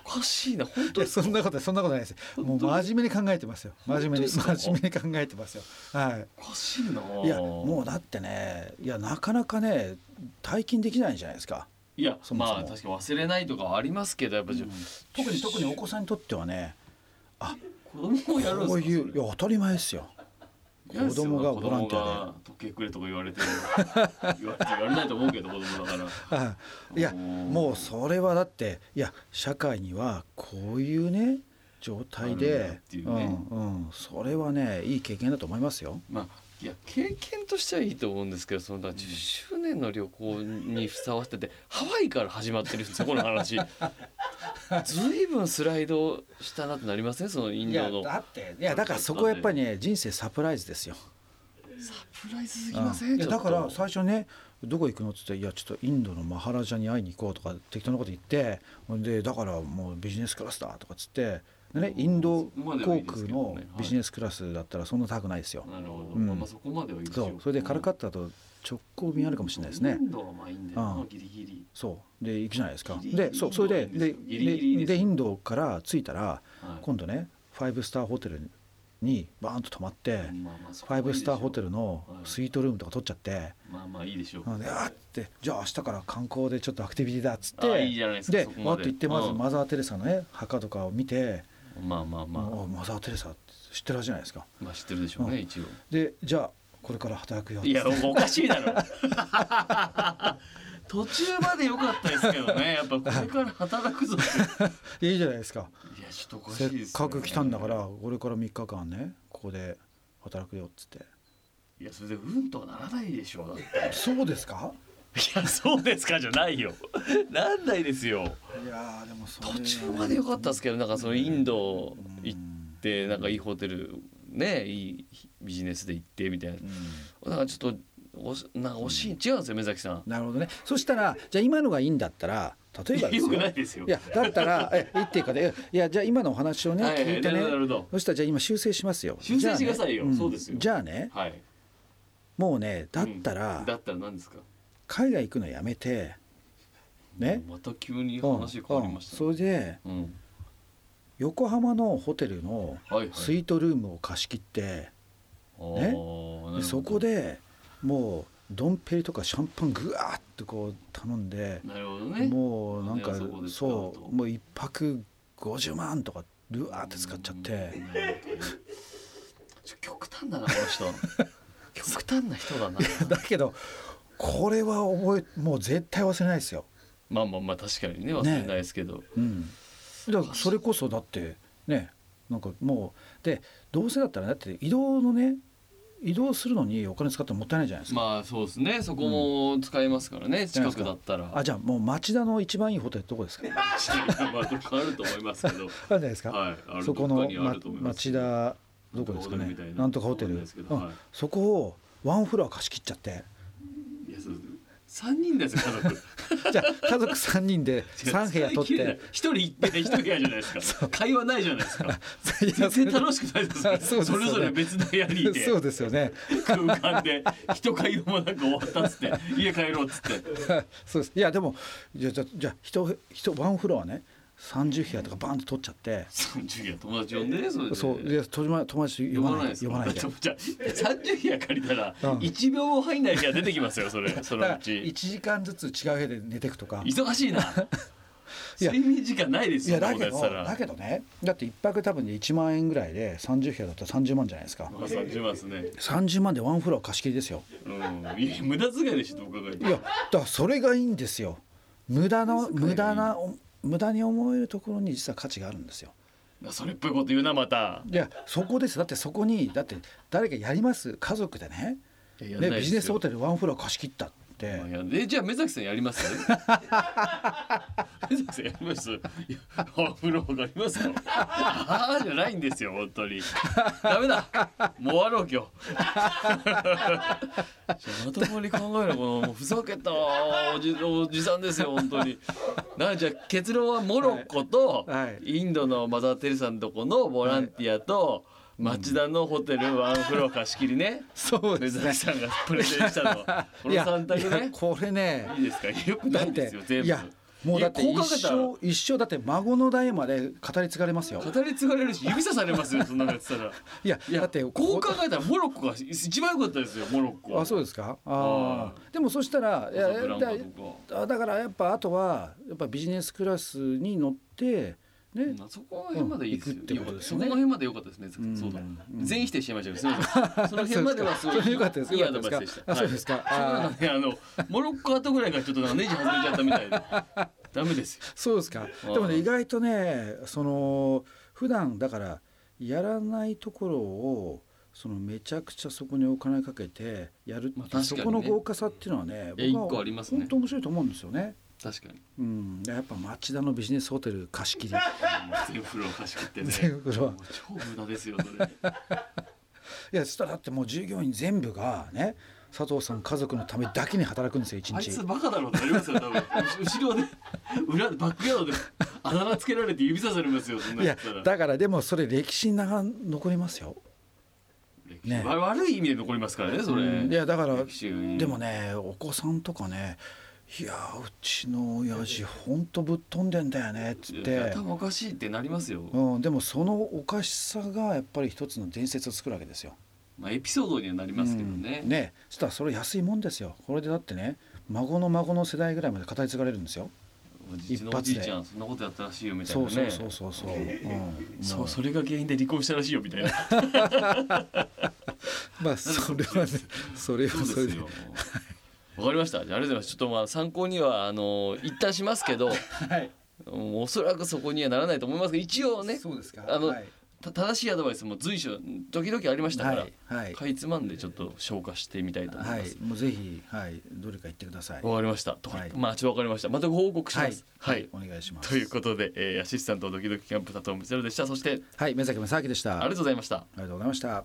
Speaker 2: おかしいな本
Speaker 1: い
Speaker 2: 当
Speaker 1: や
Speaker 2: に
Speaker 1: そんなことそんなことないですよ。もう真面目に考えてますよ。真面目に
Speaker 2: 本当です
Speaker 1: 真
Speaker 2: か
Speaker 1: 面目に考えてますよ。は。
Speaker 2: おかしいない
Speaker 1: いやもうだってねいやなかなかね体験できないじゃないですか。
Speaker 2: いや
Speaker 1: そもそも
Speaker 2: まあ確かに忘れないとかはありますけどやっぱじゃ、
Speaker 1: 特に特にお子さんにとってはね
Speaker 2: 子供もやるんですか
Speaker 1: こういうい
Speaker 2: それ
Speaker 1: や当たり前ですよ。 <laughs>
Speaker 2: 嫌ですよ
Speaker 1: 子供がボランティアで
Speaker 2: 子供が時計くれとか言われて言われて言われないと思うけど子供だから
Speaker 1: はいいや
Speaker 2: うん
Speaker 1: もうそれはだっていや社会にはこういうね状態
Speaker 2: あるんだ
Speaker 1: で
Speaker 2: っていうね
Speaker 1: うんうん、それはねいい経験だと思いますよ。
Speaker 2: まあいや経験としてはいいと思うんですけどそのだから10周年の旅行にふさわしくてハワイから始まってるんですよこの話
Speaker 1: <laughs>
Speaker 2: ずいぶんスライドしたなとなりません、そのイン
Speaker 1: い
Speaker 2: ド
Speaker 1: や
Speaker 2: の
Speaker 1: だっていやだからそこはやっぱりね人生サプライズですよ。
Speaker 2: プライズすぎませ
Speaker 1: う
Speaker 2: ん、
Speaker 1: んい
Speaker 2: ちょ
Speaker 1: や
Speaker 2: っと
Speaker 1: だから最初ねどこ行くのって言って「いやちょっとインドのマハラジャに会いに行こう」とか適当なこと言ってほんでだからもうビジネスクラスだとかっつってでねインド
Speaker 2: そこまでは
Speaker 1: 航
Speaker 2: いいです
Speaker 1: 空
Speaker 2: けどね
Speaker 1: のビジネスクラスだったらそんな高くないですよ、
Speaker 2: なるほど、
Speaker 1: うん
Speaker 2: まあまあそこまではいいです
Speaker 1: そ
Speaker 2: よ
Speaker 1: うそれでカルカッタと直行便あるかもしれないですね、
Speaker 2: インドはまあいいんだよな、
Speaker 1: うん
Speaker 2: ギリギリ、
Speaker 1: そうで行くじゃないですか
Speaker 2: ギリギリ
Speaker 1: でそうそれで
Speaker 2: インドはい
Speaker 1: で
Speaker 2: いんですよギリギリい
Speaker 1: で
Speaker 2: いです
Speaker 1: で
Speaker 2: よ
Speaker 1: インドから着いたら
Speaker 2: はい
Speaker 1: 今度ねファイブスターホテルにバーンと泊まって
Speaker 2: まあまあそ
Speaker 1: フ
Speaker 2: こ
Speaker 1: ァイ
Speaker 2: はいいで
Speaker 1: ブ
Speaker 2: しょ
Speaker 1: スターホテルの
Speaker 2: はい
Speaker 1: スイートルームとか取っちゃって
Speaker 2: まあまあいいでしょう
Speaker 1: あであーってじゃあ明日から観光でちょっとアクティビティだっつっ
Speaker 2: あいい
Speaker 1: て
Speaker 2: じゃないですか
Speaker 1: で
Speaker 2: そこ
Speaker 1: わ
Speaker 2: ま
Speaker 1: っ
Speaker 2: で
Speaker 1: と行ってまず
Speaker 2: うん
Speaker 1: マザー・テレサのね墓とかを見て
Speaker 2: まあまあま
Speaker 1: もうマザー・テレサ知ってるじゃないですか
Speaker 2: あまあ知ってるでしょうね、
Speaker 1: うん
Speaker 2: 一応
Speaker 1: でじゃあこれから働くよっつっ
Speaker 2: い
Speaker 1: て
Speaker 2: やおかし
Speaker 1: <laughs>
Speaker 2: いだろ途中まで良かったですけどねやっぱこれから働くぞって
Speaker 1: いいじゃないですか
Speaker 2: いやちょっとおかし
Speaker 1: せ
Speaker 2: い
Speaker 1: っ
Speaker 2: です、ね、
Speaker 1: かく来たんだからこれから3日間ねここで働くよっつって
Speaker 2: いやそれでうんとはならないでしょうだってい
Speaker 1: そうですか
Speaker 2: やそうですかじゃないよ <laughs> なんないですよ
Speaker 1: いやーでもそれは
Speaker 2: 途
Speaker 1: ね
Speaker 2: 中まで良かったですけどなんかそのインド
Speaker 1: うん
Speaker 2: 行ってなんかいいホテルねいいビジネスで行ってみたいな
Speaker 1: うん
Speaker 2: なんかちょっとおしなんか惜しい違うんですよ目崎さん。
Speaker 1: なるほどねそしたらじゃあ今のがいいんだったら例えばです
Speaker 2: よ
Speaker 1: よ
Speaker 2: くないですよ。
Speaker 1: いやだったらえいいっていうかでいやじゃあ今のお話をね
Speaker 2: はいはい
Speaker 1: 聞いてね
Speaker 2: なるほどなるほど
Speaker 1: そしたらじゃあ今修正しますよ
Speaker 2: 修正してください
Speaker 1: じ
Speaker 2: よ
Speaker 1: ゃあね
Speaker 2: そうですよ
Speaker 1: じゃあね
Speaker 2: はい。
Speaker 1: もうねだったら
Speaker 2: うんだったら何ですか。
Speaker 1: 海外行くのやめてね
Speaker 2: また急に話変わりまし
Speaker 1: う
Speaker 2: たね。
Speaker 1: んうんそれで
Speaker 2: うん。
Speaker 1: 横浜のホテルの
Speaker 2: はいはい。
Speaker 1: スイートルームを貸し切って
Speaker 2: あーなるほ
Speaker 1: で
Speaker 2: ど
Speaker 1: そこでもうドンペリとかシャンパンぐわーってこう頼んで
Speaker 2: なるほどね。
Speaker 1: もうなんか
Speaker 2: ねそこで使うと
Speaker 1: そうもう一泊50万とかうわーって使っちゃって
Speaker 2: なるほどねちょ極端だなこの
Speaker 1: <laughs>
Speaker 2: 人。極端な人だな。
Speaker 1: だけどこれは覚えもう絶対忘れないですよ。
Speaker 2: まあまあまあ確かにね忘れないですけど。
Speaker 1: うん、だからそれこそだってねなんかもうでどうせだったらだって移動のね移動するのにお金使ったらもったいないじゃないですか。
Speaker 2: まあそうですねそこも使いますからね、近くだったら。
Speaker 1: あじゃあもう町田の一番いいホテルどこですかあ
Speaker 2: まあこれ変わると思いますけど。
Speaker 1: るんじゃないですか、
Speaker 2: はい、ある
Speaker 1: そこ
Speaker 2: どっ
Speaker 1: の、
Speaker 2: かにあ
Speaker 1: ま
Speaker 2: ると思い、ます
Speaker 1: 町田どこですかねなんとかホテル
Speaker 2: なんとかホテルみたいな
Speaker 1: うん
Speaker 2: はい
Speaker 1: そこをワンフロア貸し切っちゃって
Speaker 2: いやそう三人ですよ家族
Speaker 1: じゃあ家族3人で3部屋取っ
Speaker 2: <laughs> いや
Speaker 1: て
Speaker 2: 一人一部屋一部屋じゃないですか会話ないじゃないですか
Speaker 1: いやそ
Speaker 2: 全
Speaker 1: れ
Speaker 2: 然楽しくないです
Speaker 1: あ
Speaker 2: か
Speaker 1: そうです
Speaker 2: そ
Speaker 1: よね
Speaker 2: れぞれ別の部屋にいて
Speaker 1: そうですよね <laughs>
Speaker 2: 空間で一会話もなんか終わったっつって家帰ろうっつって
Speaker 1: そうですいやでもじゃあじゃあじゃあ一一ワンフロアね30部屋とかバンって取っちゃって
Speaker 2: 三十部屋友達呼んでねそれで
Speaker 1: そうで友達呼
Speaker 2: 呼ば
Speaker 1: ば
Speaker 2: ない
Speaker 1: ない
Speaker 2: です
Speaker 1: 呼ばないで
Speaker 2: <laughs> じゃあ30部屋借りたら
Speaker 1: うん
Speaker 2: 一秒も入んない部屋出てきますよ
Speaker 1: <laughs>
Speaker 2: それそ
Speaker 1: だか
Speaker 2: のう
Speaker 1: ら1
Speaker 2: ち
Speaker 1: 時間ずつ違う部屋で寝てくとか
Speaker 2: 忙しい
Speaker 1: <laughs>
Speaker 2: な
Speaker 1: や
Speaker 2: 睡眠時間ないです
Speaker 1: い
Speaker 2: よ
Speaker 1: やだけ
Speaker 2: 友
Speaker 1: ど
Speaker 2: 達たら
Speaker 1: だけどねだって1泊多分ね1万円ぐらいで30部屋だったら30万じゃないですか
Speaker 2: まあ30万ですね
Speaker 1: 30万でワンフロア貸し切りですよ
Speaker 2: うん、いや無駄遣いでしょどう考えて
Speaker 1: いやだからそれがいいんですよ無駄な無駄な無駄に思えるところに実は価値があるんですよ
Speaker 2: もそれっぽいこと言うなまた
Speaker 1: いやそこですだってそこにだって誰かやります家族でね
Speaker 2: いや
Speaker 1: ねビジネスホ
Speaker 2: テ
Speaker 1: テルワンフロア貸し切ったって
Speaker 2: ルえじゃあ目崎さんやります目崎さんやりますいやお風呂上がりますよああじゃないんですよ本当にダメだもう終わろう今日 <laughs> ちょまともに考えろこのもうふざけたおじおじさんですよ本当になじゃあ結論はモロッコと
Speaker 1: はい
Speaker 2: インドのマザー・テレサのとこのボランティアと町田のホテルワンフロア貸し切りね
Speaker 1: そう
Speaker 2: 目崎さんがプレゼンしたのは <laughs> この
Speaker 1: いや
Speaker 2: 3択
Speaker 1: いや
Speaker 2: ね
Speaker 1: これね
Speaker 2: いいですかよくな
Speaker 1: だ
Speaker 2: い
Speaker 1: っ
Speaker 2: で
Speaker 1: て
Speaker 2: すよ全部
Speaker 1: いやもうだって
Speaker 2: いやこ
Speaker 1: 一
Speaker 2: う考えたら
Speaker 1: 生一生だって孫の代まで語り継がれますよ
Speaker 2: 語り継がれるし指さされますよそんなのやってたら
Speaker 1: <laughs> いや
Speaker 2: いや
Speaker 1: だって
Speaker 2: こう考えたらモロッコが一番良かったですよモロッコ
Speaker 1: あそう
Speaker 2: う
Speaker 1: ですかああでもそしたらいや
Speaker 2: ブランカ
Speaker 1: だ
Speaker 2: とか
Speaker 1: あだからやっぱあとはやっぱビジネスクラスに乗ってね
Speaker 2: まあそこら辺までいいですよ
Speaker 1: 行くってことですね
Speaker 2: そこら辺まで良かったですね
Speaker 1: ん
Speaker 2: そうだ
Speaker 1: うん
Speaker 2: 全否定しちゃいましたけどすみません
Speaker 1: <laughs>
Speaker 2: その辺まではすご
Speaker 1: それ
Speaker 2: い
Speaker 1: よかったです
Speaker 2: いい
Speaker 1: よ
Speaker 2: ア
Speaker 1: か
Speaker 2: ド
Speaker 1: った
Speaker 2: バイ
Speaker 1: で
Speaker 2: ス
Speaker 1: す
Speaker 2: で
Speaker 1: かあ
Speaker 2: した
Speaker 1: そうですかあー
Speaker 2: はいそうなんだねあのモロッコ後ぐらいからちょっとなんかネジ外れちゃったみたいでダメですよ
Speaker 1: そうですか
Speaker 2: うん
Speaker 1: でもね意外とねその普段だからやらないところをそのめちゃくちゃそこにお金かけてやるっていう、
Speaker 2: まあ確かに
Speaker 1: そ
Speaker 2: ね
Speaker 1: この豪華さっていうのはね
Speaker 2: いや一
Speaker 1: 僕
Speaker 2: 個あ
Speaker 1: は
Speaker 2: りますね
Speaker 1: 本当面白いと思うんですよね。
Speaker 2: 確かに
Speaker 1: うん、やっぱ町田のビジネスホテル貸し切り
Speaker 2: 全フロア貸し切ってね
Speaker 1: 全部フロア
Speaker 2: もう超無駄ですよそれ
Speaker 1: いやそしたらだってもう従業員全部がね佐藤さん家族のためだけに働くんですよ一
Speaker 2: あいつ
Speaker 1: 日
Speaker 2: バカだろうってなりますよ多分後ろで裏でバックヤードであだ名つけられて指さされますよそんないんや
Speaker 1: や
Speaker 2: ったら
Speaker 1: だからでもそれ歴史に長残りますよ
Speaker 2: 歴史わ悪い意味で残りますからねそれ、
Speaker 1: うんいやだから
Speaker 2: 歴史に
Speaker 1: でもねお子さんとかねいやーうちの親父ほんとぶっ飛んでんだよねっつっ
Speaker 2: いや
Speaker 1: て、
Speaker 2: 頭おかしいってなりますよ、
Speaker 1: うん、でもそのおかしさがやっぱり一つの伝説を作るわけですよ。
Speaker 2: まあエピソードにはなりますけどね、
Speaker 1: うんねそしたらそれ安いもんですよこれでだってね孫の孫の世代ぐらいまで語り継がれるんですよ。
Speaker 2: おじいち
Speaker 1: 一
Speaker 2: ゃんのお
Speaker 1: 発
Speaker 2: じ
Speaker 1: で
Speaker 2: いちゃんそんなことやったらしいよみたいな
Speaker 1: そ
Speaker 2: ね
Speaker 1: うそうそうそうそう。うん、
Speaker 2: そ
Speaker 1: も
Speaker 2: うそれが原因で離婚したらしいよみたいな
Speaker 1: まあそれはねそれ
Speaker 2: <laughs> そ
Speaker 1: は
Speaker 2: う
Speaker 1: それ
Speaker 2: で
Speaker 1: です <laughs>
Speaker 2: よわかりましたじゃあありがとうございますちょっとまあ参考にはあの一旦しますけど
Speaker 3: はい。
Speaker 2: うんおそらくそこにはならないと思いますけど一応ね
Speaker 3: そうですか。
Speaker 2: あの
Speaker 3: はい
Speaker 2: た正しいアドバイスも随所時々ありましたか
Speaker 1: は
Speaker 2: ら、
Speaker 1: いはい
Speaker 2: かいつまんでちょっと消化してみたいと思いま
Speaker 1: は
Speaker 2: す。わ、
Speaker 1: いもうぜひはいどれか言ってください。
Speaker 2: かりました。と
Speaker 1: はい
Speaker 2: まあちょっとわかりました。またご報告します。はい。
Speaker 1: お願いします。
Speaker 2: ということで、えーアシスタントドキドキキャンプ佐藤光弘でした。そして
Speaker 1: はい目崎正明でした。
Speaker 2: ありがとうございました。
Speaker 1: ありがとうございました。